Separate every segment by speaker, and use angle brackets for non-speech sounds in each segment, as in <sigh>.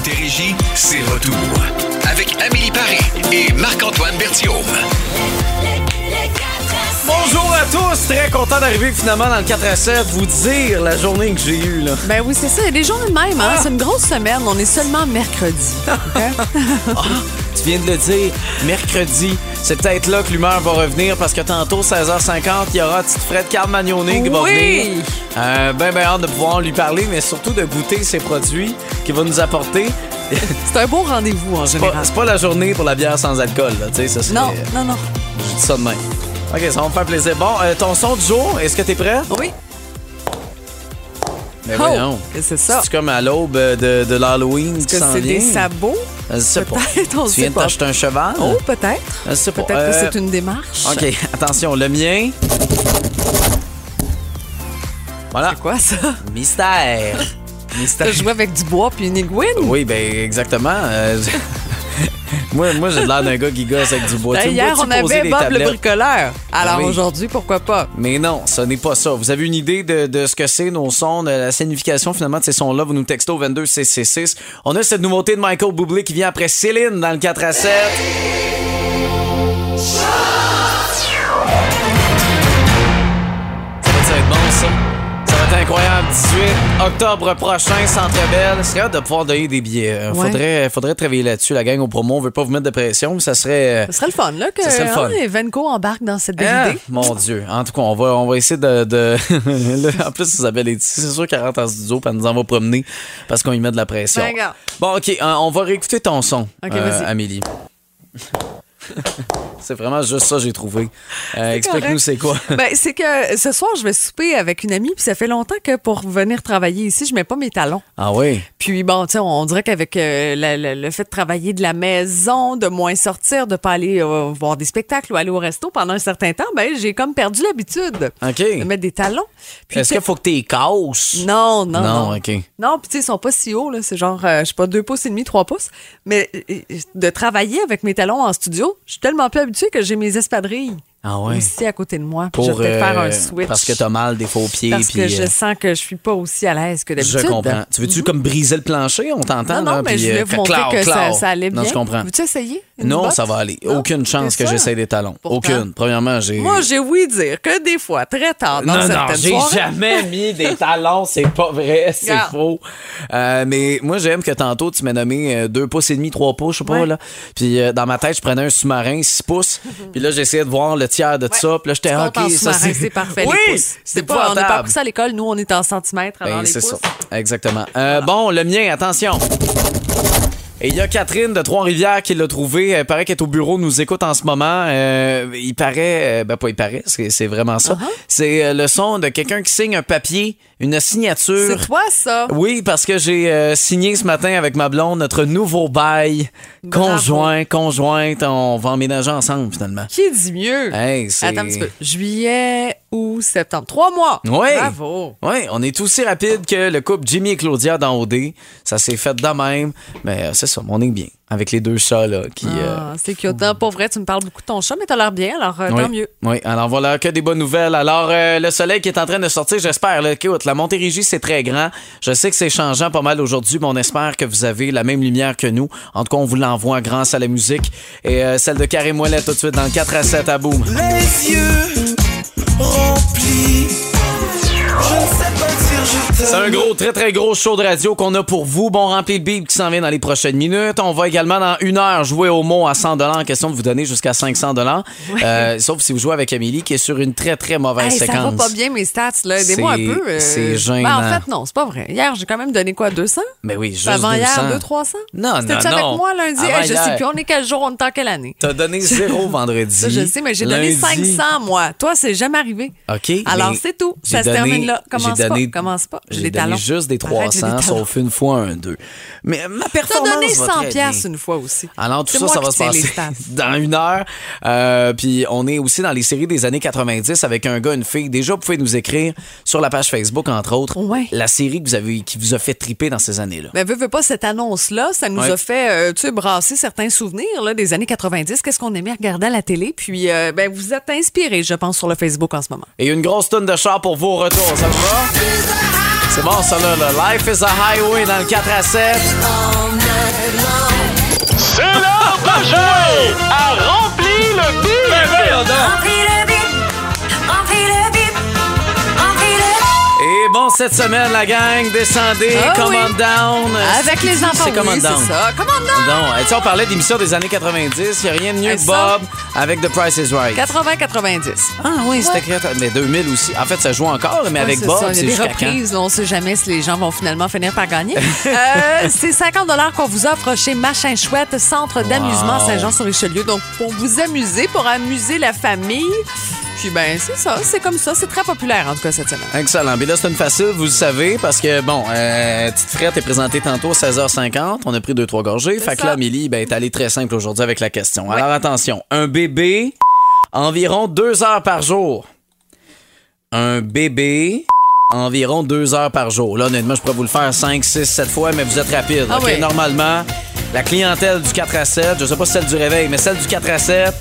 Speaker 1: Montérégie, c'est retour. Avec Amélie Paris et Marc-Antoine Bertiaume.
Speaker 2: Bonjour à tous, très content d'arriver finalement dans le 4 à 7, vous dire la journée que j'ai eue là.
Speaker 3: Ben oui, c'est ça. Il y a des journées de même,
Speaker 2: Ah.
Speaker 3: hein? C'est une grosse semaine. On est seulement mercredi.
Speaker 2: Tu viens de le dire, mercredi, c'est peut-être là que l'humeur va revenir parce que tantôt 16h50, il y aura petite Fred Carl Magnonnet qui va
Speaker 3: Oui.
Speaker 2: venir. Euh, ben ben hâte de pouvoir lui parler, mais surtout de goûter ses produits qu'il va nous apporter.
Speaker 3: C'est un bon rendez-vous en
Speaker 2: C'est pas,
Speaker 3: général.
Speaker 2: c'est pas la journée pour la bière sans alcool, là, tu sais, ça serait-
Speaker 3: Non, non, non.
Speaker 2: Je dis ça de même. Ok, ça va me faire plaisir. Bon, euh, ton son du jour, est-ce que t'es prêt?
Speaker 3: Oui.
Speaker 2: Eh Ben
Speaker 3: Oh,
Speaker 2: voyons.
Speaker 3: que c'est ça.
Speaker 2: C'est comme à l'aube euh, de, de l'Halloween qui
Speaker 3: Que
Speaker 2: s'en
Speaker 3: c'est des
Speaker 2: vient.
Speaker 3: sabots?
Speaker 2: Je sais pas.
Speaker 3: Peut-être, on
Speaker 2: tu
Speaker 3: sait
Speaker 2: viens de
Speaker 3: pas.
Speaker 2: t'acheter un cheval?
Speaker 3: Oh, peut-être.
Speaker 2: Je sais pas.
Speaker 3: Peut-être
Speaker 2: Euh,
Speaker 3: que c'est une démarche.
Speaker 2: OK, attention, le mien. Voilà.
Speaker 3: C'est
Speaker 2: <laughs>
Speaker 3: quoi ça? <laughs>
Speaker 2: Mystère. Mystère.
Speaker 3: T'as joué avec du bois puis une aiguine?
Speaker 2: Oui, ben exactement. Euh, <laughs> je- moi, moi j'ai l'air d'un gars qui gosse avec du bois. Tu me
Speaker 3: Ben, Hier,
Speaker 2: vois-tu
Speaker 3: on
Speaker 2: poser
Speaker 3: avait
Speaker 2: des
Speaker 3: Bob le
Speaker 2: tablettes? Ah
Speaker 3: bricoleur. Alors
Speaker 2: Oui.
Speaker 3: aujourd'hui, pourquoi pas?
Speaker 2: Mais non, ce n'est pas ça. Vous avez une idée de, de ce que c'est nos sons, de la signification finalement de ces sons-là. Vous nous textez au 22666. On a cette nouveauté de Michael Bublé qui vient après Céline dans le 4 à 7. Ça va être bon ça. Ça va être incroyable. 18 octobre prochain, Centre Belle. Ce serait hâte de pouvoir donner des billets. Euh,
Speaker 3: Ouais.
Speaker 2: Faudrait, faudrait travailler là-dessus, la gang au promo. On veut pas vous mettre de pression, mais ça serait... euh,
Speaker 3: Ce serait le fun, là, que
Speaker 2: Ce serait le fun.
Speaker 3: hein, et Venco embarque dans cette belle
Speaker 2: Ah, <laughs>
Speaker 3: idée.
Speaker 2: Mon Dieu. En tout cas, on va, on va essayer de. de- <laughs> Là, en plus, Isabelle est ici. C'est sûr qu'elle rentre en studio puis elle nous envoie promener parce qu'on y met de la pression.
Speaker 3: Ben, regarde.
Speaker 2: Bon, OK. euh, on va réécouter ton son,
Speaker 3: OK,
Speaker 2: euh,
Speaker 3: vas-y.
Speaker 2: Amélie. <laughs> c'est vraiment juste ça que j'ai trouvé. Euh, Explique-nous
Speaker 3: correct.
Speaker 2: c'est quoi. <laughs>
Speaker 3: Ben, c'est que ce soir, je vais souper avec une amie, puis ça fait longtemps que pour venir travailler ici, je mets pas mes talons.
Speaker 2: Ah oui.
Speaker 3: Puis bon, tu sais, on dirait qu'avec euh, la- la- le fait de travailler de la maison, de moins sortir, de pas aller euh, voir des spectacles ou aller au resto pendant un certain temps, ben j'ai comme perdu l'habitude
Speaker 2: OK.
Speaker 3: de mettre des talons. Puis
Speaker 2: Est-ce qu'il faut que t'es casse?
Speaker 3: non, non,
Speaker 2: Non,
Speaker 3: non.
Speaker 2: OK.
Speaker 3: Non, puis tu sais, ils sont pas si hauts, là. C'est genre, euh, je sais pas, deux pouces et demi, trois pouces. Mais euh, de travailler avec mes talons en studio, je suis tellement plus habituée que j'ai mes espadrilles
Speaker 2: Ah ouais.
Speaker 3: aussi à côté de moi. Puis je vais peut-être
Speaker 2: euh,
Speaker 3: faire un switch.
Speaker 2: Parce que t'as mal des faux pieds.
Speaker 3: Parce
Speaker 2: puis,
Speaker 3: que je
Speaker 2: euh,
Speaker 3: sens que je suis pas aussi à l'aise que
Speaker 2: je
Speaker 3: d'habitude.
Speaker 2: comprends. Tu veux-tu comme briser le plancher? On t'entend?
Speaker 3: Non, non,
Speaker 2: là,
Speaker 3: mais
Speaker 2: puis,
Speaker 3: je
Speaker 2: euh,
Speaker 3: voulais vous montrer
Speaker 2: clac,
Speaker 3: que ça,
Speaker 2: clac.
Speaker 3: ça allait bien.
Speaker 2: Non, je comprends.
Speaker 3: Veux-tu essayer? une
Speaker 2: Non,
Speaker 3: botte?
Speaker 2: ça va aller.
Speaker 3: Non?
Speaker 2: Aucune chance
Speaker 3: C'est
Speaker 2: que
Speaker 3: ça. hein?
Speaker 2: j'essaye des talons.
Speaker 3: Pourtant.
Speaker 2: Aucune. Premièrement, j'ai.
Speaker 3: Moi, j'ai oui dire que des fois, très tard dans
Speaker 2: non, non,
Speaker 3: certaines
Speaker 2: j'ai
Speaker 3: soirées,
Speaker 2: jamais mis des talons, c'est pas vrai, <laughs> c'est
Speaker 3: Regarde.
Speaker 2: faux. Euh, mais moi, j'aime que tantôt, tu m'as nommé euh, deux pouces et demi, trois pouces, je sais pas,
Speaker 3: Ouais.
Speaker 2: là. Puis euh, dans ma tête, je prenais un sous-marin, six pouces. Puis là, j'essayais de voir le tiers de ça. Puis là, j'étais
Speaker 3: Mhm. tu comptes
Speaker 2: OK,
Speaker 3: en
Speaker 2: ça,
Speaker 3: sous-marin, c'est parfait. les
Speaker 2: Oui,
Speaker 3: pouces.
Speaker 2: c'est
Speaker 3: C'est pas, on n'a pas
Speaker 2: épouvantable.
Speaker 3: appris ça à l'école. Nous, on est en centimètres alors
Speaker 2: Ben,
Speaker 3: les
Speaker 2: c'est
Speaker 3: pouces.
Speaker 2: ça. Exactement. Euh, Bon, le mien, attention. Et il y a Catherine de Trois-Rivières qui l'a trouvé. Elle paraît qu'elle est au bureau, nous écoute en ce moment. Euh, il paraît, euh, ben pas il paraît, c'est c'est vraiment ça.
Speaker 3: Uh-huh.
Speaker 2: C'est euh, le son de quelqu'un qui signe un papier, une signature.
Speaker 3: C'est toi, ça.
Speaker 2: Oui, parce que j'ai euh, signé ce matin avec ma blonde notre nouveau bail
Speaker 3: Bravo.
Speaker 2: conjoint, conjointe. On va emménager ensemble finalement.
Speaker 3: Qui dit mieux?
Speaker 2: Hey, c'est-
Speaker 3: Attends un petit peu. Juillet ou septembre. Trois mois.
Speaker 2: Oui.
Speaker 3: Bravo.
Speaker 2: Oui, on est aussi rapide que le couple Jimmy et Claudia dans OD. Ça s'est fait de même. Mais euh, c'est ça, on est bien avec les deux chats là, qui. euh,
Speaker 3: Ah, c'est cute. Non, Pour vrai, tu me parles beaucoup de ton chat, mais t'as l'air bien, alors euh,
Speaker 2: oui,
Speaker 3: tant mieux.
Speaker 2: Oui, alors voilà, que des bonnes nouvelles. Alors, euh, le soleil qui est en train de sortir, j'espère. là, écoute, la Montérégie, c'est très grand. Je sais que c'est changeant pas mal aujourd'hui, mais on espère que vous avez la même lumière que nous. En tout cas, on vous l'envoie grâce à la musique. Et euh, celle de Carré Moellet tout de suite dans le 4 à 7 à Boom.
Speaker 4: Les yeux remplis. Je ne sais pas dire je t'aime.
Speaker 2: C'est un gros, très, très gros show de radio qu'on a pour vous. Bon rempli de bibles qui s'en vient dans les prochaines minutes. On va également, dans une heure, jouer au mot à 100 en question de vous donner jusqu'à 500 Euh, Sauf si vous jouez avec Amélie, qui est sur une très, très mauvaise
Speaker 3: Hey, ça
Speaker 2: séquence.
Speaker 3: va pas bien mes stats, là. Aidez-moi un
Speaker 2: C'est-
Speaker 3: peu. euh.
Speaker 2: c'est gênant.
Speaker 3: Ben, en fait, non, c'est pas vrai. Hier, j'ai quand même donné quoi, 200?
Speaker 2: Mais oui, juste
Speaker 3: Avant
Speaker 2: 200.
Speaker 3: hier, 2 300?
Speaker 2: Non, non,
Speaker 3: C'était-tu
Speaker 2: non.
Speaker 3: avec moi lundi?
Speaker 2: Avant
Speaker 3: Hey, je
Speaker 2: hier.
Speaker 3: sais plus, on est quel jour, on est en quelle année?
Speaker 2: T'as donné zéro vendredi.
Speaker 3: <laughs> Ça, je le sais, mais j'ai donné
Speaker 2: Lundi.
Speaker 3: 500, moi. Toi, c'est jamais arrivé.
Speaker 2: OK.
Speaker 3: Alors,
Speaker 2: mais
Speaker 3: c'est tout.
Speaker 2: j'ai
Speaker 3: Ça se
Speaker 2: donné-
Speaker 3: termine là.
Speaker 2: j'ai
Speaker 3: Commence
Speaker 2: donné-
Speaker 3: pas. Commence pas.
Speaker 2: J'ai
Speaker 3: Des
Speaker 2: donné
Speaker 3: talons.
Speaker 2: juste des
Speaker 3: Arrête,
Speaker 2: 300,
Speaker 3: j'ai des talons.
Speaker 2: sauf une fois un, deux. Mais ma
Speaker 3: T'as
Speaker 2: performance
Speaker 3: donné
Speaker 2: va
Speaker 3: 100
Speaker 2: très bien.
Speaker 3: piastres une fois aussi.
Speaker 2: Alors, tout
Speaker 3: C'est
Speaker 2: ça,
Speaker 3: moi
Speaker 2: ça va
Speaker 3: qui
Speaker 2: se
Speaker 3: tiens les
Speaker 2: passer
Speaker 3: stats.
Speaker 2: <laughs> dans une heure. Euh, puis, on est aussi dans les séries des années 90 avec un gars, une fille. Déjà, vous pouvez nous écrire sur la page Facebook, entre autres,
Speaker 3: Ouais.
Speaker 2: la série que vous avez, qui vous a fait triper dans ces années-là.
Speaker 3: Mais Ben, veux, veux pas, cette annonce-là, ça nous
Speaker 2: Ouais.
Speaker 3: a fait, euh, tu sais, brasser certains souvenirs là, des années 90. Qu'est-ce qu'on aimait regarder à la télé? Puis, euh, ben, vous êtes inspirés, je pense, sur le Facebook en ce moment.
Speaker 2: Et une grosse tonne de char pour vos retours. Ça vous va? C'est bon, ça, là, là. Life is a highway dans le 4 à 7.
Speaker 5: all night.
Speaker 2: cette semaine, la gang. Descendez,
Speaker 3: Ah
Speaker 2: come
Speaker 3: oui.
Speaker 2: on down.
Speaker 3: Avec
Speaker 2: C'est-
Speaker 3: les enfants,
Speaker 2: C'est come
Speaker 3: oui,
Speaker 2: on down.
Speaker 3: c'est ça. Come on down!
Speaker 2: Non, euh, tu sais, on parlait d'émissions des années 90. Il a rien de mieux
Speaker 3: Et
Speaker 2: que
Speaker 3: ça?
Speaker 2: Bob avec The Price is Right.
Speaker 3: 80-90.
Speaker 2: Ah oui, c'était créateur. Mais 2000 aussi. En fait, ça joue encore, mais avec
Speaker 3: Ouais,
Speaker 2: Bob,
Speaker 3: ça. Il y a
Speaker 2: c'est
Speaker 3: des
Speaker 2: jusqu'à quand?
Speaker 3: reprises, là, on ne sait jamais si les gens vont finalement finir par gagner.
Speaker 2: <laughs>
Speaker 3: Euh, c'est 50 qu'on vous offre chez Machin Chouette, centre d'amusement Saint-Jean-sur-Richelieu. Donc, pour vous amuser, pour amuser la famille. Puis, ben, c'est ça, c'est comme ça. C'est très populaire, en tout cas, cette semaine.
Speaker 2: Excellent. Mais là, c'est une facile, vous le savez, parce que, bon, euh, Petite Frette est présentée tantôt à 16h50. On a pris deux, trois gorgées. Fait que
Speaker 3: ça.
Speaker 2: là, Amélie, ben, est allée très simple aujourd'hui avec la question. Alors, attention. Un bébé, environ deux heures par jour. Un bébé, environ deux heures par jour. Là, honnêtement, je pourrais vous le faire 5, 6, 7 fois, mais vous êtes rapide.
Speaker 3: Ah
Speaker 2: OK,
Speaker 3: oui.
Speaker 2: Normalement, la clientèle du 4 à 7, je sais pas celle du réveil, mais celle du 4 à 7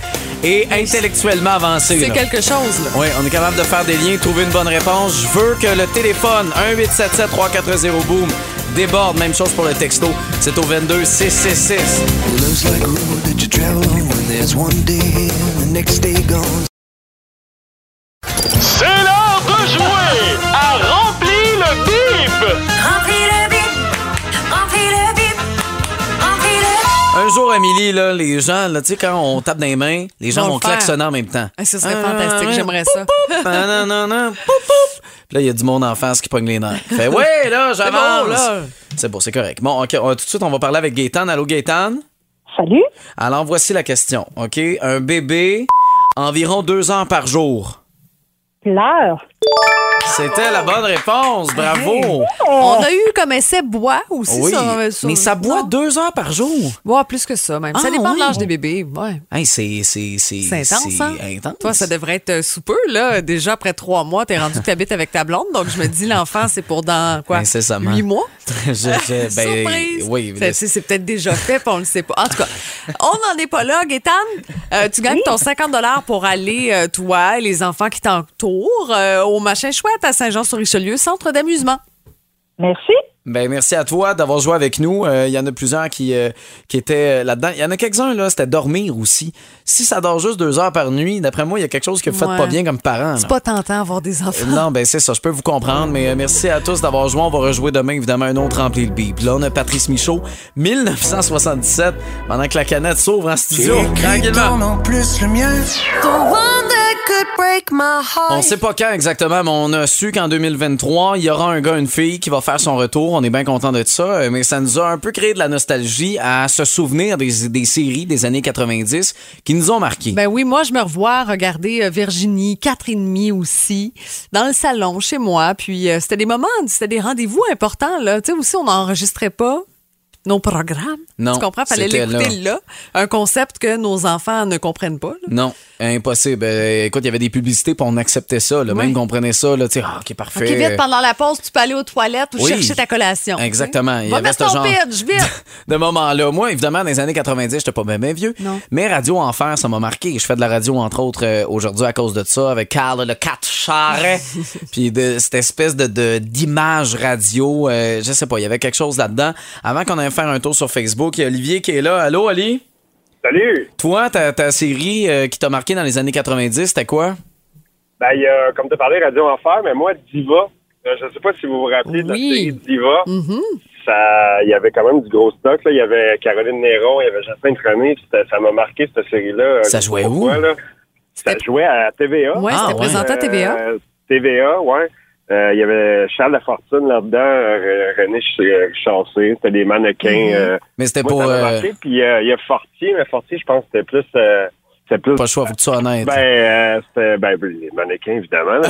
Speaker 2: est intellectuellement avancée.
Speaker 3: C'est
Speaker 2: là.
Speaker 3: quelque chose, là.
Speaker 2: Oui, on est capable de faire des liens, trouver une bonne réponse. Je veux que le téléphone 1-877-340-BOOM déborde. Même chose pour le texto. C'est au 22-666.
Speaker 5: It looks like a road that you travel on when there's one day here and the next day gone.
Speaker 6: C'est l'heure de jouer à Remplis le bip!
Speaker 7: Remplis le bip, remplis le bip, remplis le
Speaker 2: Un jour, Amélie, là, les gens, là, tu sais, quand on tape dans les mains, les gens
Speaker 3: Vont le
Speaker 2: vont
Speaker 3: faire.
Speaker 2: klaxonner en même temps.
Speaker 3: Ah, Ce serait
Speaker 2: Ah,
Speaker 3: fantastique,
Speaker 2: ouais.
Speaker 3: j'aimerais ça.
Speaker 2: Ah, non, non, non. Poup, poup. Puis là, il y a du monde en face qui pogne les nerfs. Fait, ouais, là,
Speaker 3: bon, là.
Speaker 2: j'avance. C'est bon, c'est correct. Bon, OK, on- tout de suite, on va parler avec Gaétan. Allô, Gaétan?
Speaker 8: Salut.
Speaker 2: Alors, voici la question. OK? Un bébé, environ deux heures par jour.
Speaker 8: Pleure.
Speaker 2: C'était la bonne réponse, bravo!
Speaker 3: On a eu comme essai bois aussi.
Speaker 2: Oui,
Speaker 3: sur- sur-
Speaker 2: mais ça boit
Speaker 3: Non.
Speaker 2: deux heures par jour.
Speaker 3: Ouais, plus que ça, même.
Speaker 2: Ah,
Speaker 3: ça dépend
Speaker 2: oui.
Speaker 3: de l'âge des bébés. Ouais.
Speaker 2: Hey, c'est c'est c'est
Speaker 3: C'est intense,
Speaker 2: c'est
Speaker 3: hein?
Speaker 2: intense. <laughs>
Speaker 3: Toi, ça devrait être euh, sous peu, là. Déjà, après trois mois, t'es rendu que t'habites avec ta blonde. Donc, je me dis, l'enfant, c'est pour dans, quoi,
Speaker 2: Incessamment.
Speaker 3: huit mois?
Speaker 2: Je- je- ben,
Speaker 3: <laughs> Surprise!
Speaker 2: oui,
Speaker 3: Fait, tu sais, c'est peut-être déjà fait, puis on le sait pas. En tout cas, on n'en est pas là, Gaétane. Euh, tu gagnes ton 50 pour aller, euh, toi et les enfants qui t'entourent, euh, au Machin Chouette à Saint-Jean-sur-Richelieu, centre d'amusement.
Speaker 8: Merci.
Speaker 2: Ben, merci à toi d'avoir joué avec nous. Euh, Il y en a plusieurs qui, euh, qui étaient euh, là-dedans. Il y en a quelques-uns, là, c'était dormir aussi. Si ça dort juste deux heures par nuit, d'après moi, il y a quelque chose que vous faites
Speaker 3: Ouais.
Speaker 2: pas bien comme parent.
Speaker 3: C'est pas tentant avoir des enfants.
Speaker 2: Non, ben c'est ça, je peux vous comprendre, mais euh, merci à tous d'avoir joué. On va rejouer demain, évidemment, un autre rempli le bip. Là, on a Patrice Michaud, 1977, pendant que la canette s'ouvre en studio. Tranquillement.
Speaker 5: en plus le mien.
Speaker 2: On sait pas quand exactement, mais on a su qu'en 2023, il y aura un gars, une fille qui va faire son retour. On est bien content de ça, euh, mais ça nous a un peu créé de la nostalgie à se souvenir des, des séries des années 90 qui nous ont marqués.
Speaker 3: Ben oui, moi, je me revois regarder euh, Virginie, quatre et demi aussi, dans le salon, chez moi. Puis euh, c'était des moments, c'était des rendez-vous importants, là. Tu sais, aussi, on n'enregistrait pas nos programmes.
Speaker 2: Non,
Speaker 3: Tu comprends? Fallait
Speaker 2: c'était
Speaker 3: l'écouter là. Un concept que nos enfants ne comprennent pas. là.
Speaker 2: Non, impossible. Euh, écoute, il y avait des publicités, puis on acceptait ça. là. Même qu'on prenait ça, là, tu sais, ah, ok, parfait.
Speaker 3: OK, vite, pendant la pause, tu peux aller aux toilettes ou
Speaker 2: Oui.
Speaker 3: chercher ta collation.
Speaker 2: Exactement.
Speaker 3: Il
Speaker 2: Il y
Speaker 3: Va
Speaker 2: avait
Speaker 3: mettre
Speaker 2: ce
Speaker 3: ton
Speaker 2: genre-
Speaker 3: pitch, vite.
Speaker 2: de moment-là. Moi, évidemment, dans les années 90, j'étais pas bien, bien vieux.
Speaker 3: Non.
Speaker 2: Mais Radio Enfer, ça m'a marqué. Je fais de la radio, entre autres, euh, aujourd'hui à cause de ça, avec Carl le 4 Charret. Puis de cette espèce de, de- d'image radio. euh, je sais pas, il y avait quelque chose là-dedans. Avant qu'on aille faire un tour sur Facebook, il y a Olivier qui est là. Allô, Oli?
Speaker 6: Salut!
Speaker 2: Toi, ta, ta série euh, qui t'a marqué dans les années 90, c'était quoi?
Speaker 6: Ben, il y a, comme tu parlé, Radio Enfer, mais moi, Diva, euh, je sais pas si vous vous rappelez de la
Speaker 3: Oui. Mm-hmm.
Speaker 6: série Diva. Ça, il y avait quand même du gros stock, là. Il y avait Caroline Néron, il y avait Jacinthe René, puis c'était- ça m'a marqué, cette série-là.
Speaker 2: Ça
Speaker 6: Euh,
Speaker 2: jouait
Speaker 6: pour
Speaker 2: où?
Speaker 6: moi, là. Ça jouait à TVA.
Speaker 3: Ouais,
Speaker 2: Ah,
Speaker 3: c'était
Speaker 2: ouais.
Speaker 3: présenté à TVA.
Speaker 6: Euh, TVA, ouais. Euh, Il y avait Charles Lafortune là-dedans, euh, René Ch- euh, Chassé, c'était des mannequins.
Speaker 3: Mm-hmm.
Speaker 6: euh,
Speaker 2: Mais c'était
Speaker 6: Moi,
Speaker 2: pas,
Speaker 6: ça m'a
Speaker 2: euh,
Speaker 6: marqué. Puis euh, il y a Fortier, mais Fortier, je pense que c'était plus. euh, c'était plus.
Speaker 2: pas le choix, faut que tu sois honnête.
Speaker 6: ben, euh, c'était. Ben, les
Speaker 3: <laughs>
Speaker 6: mannequins, évidemment. Là.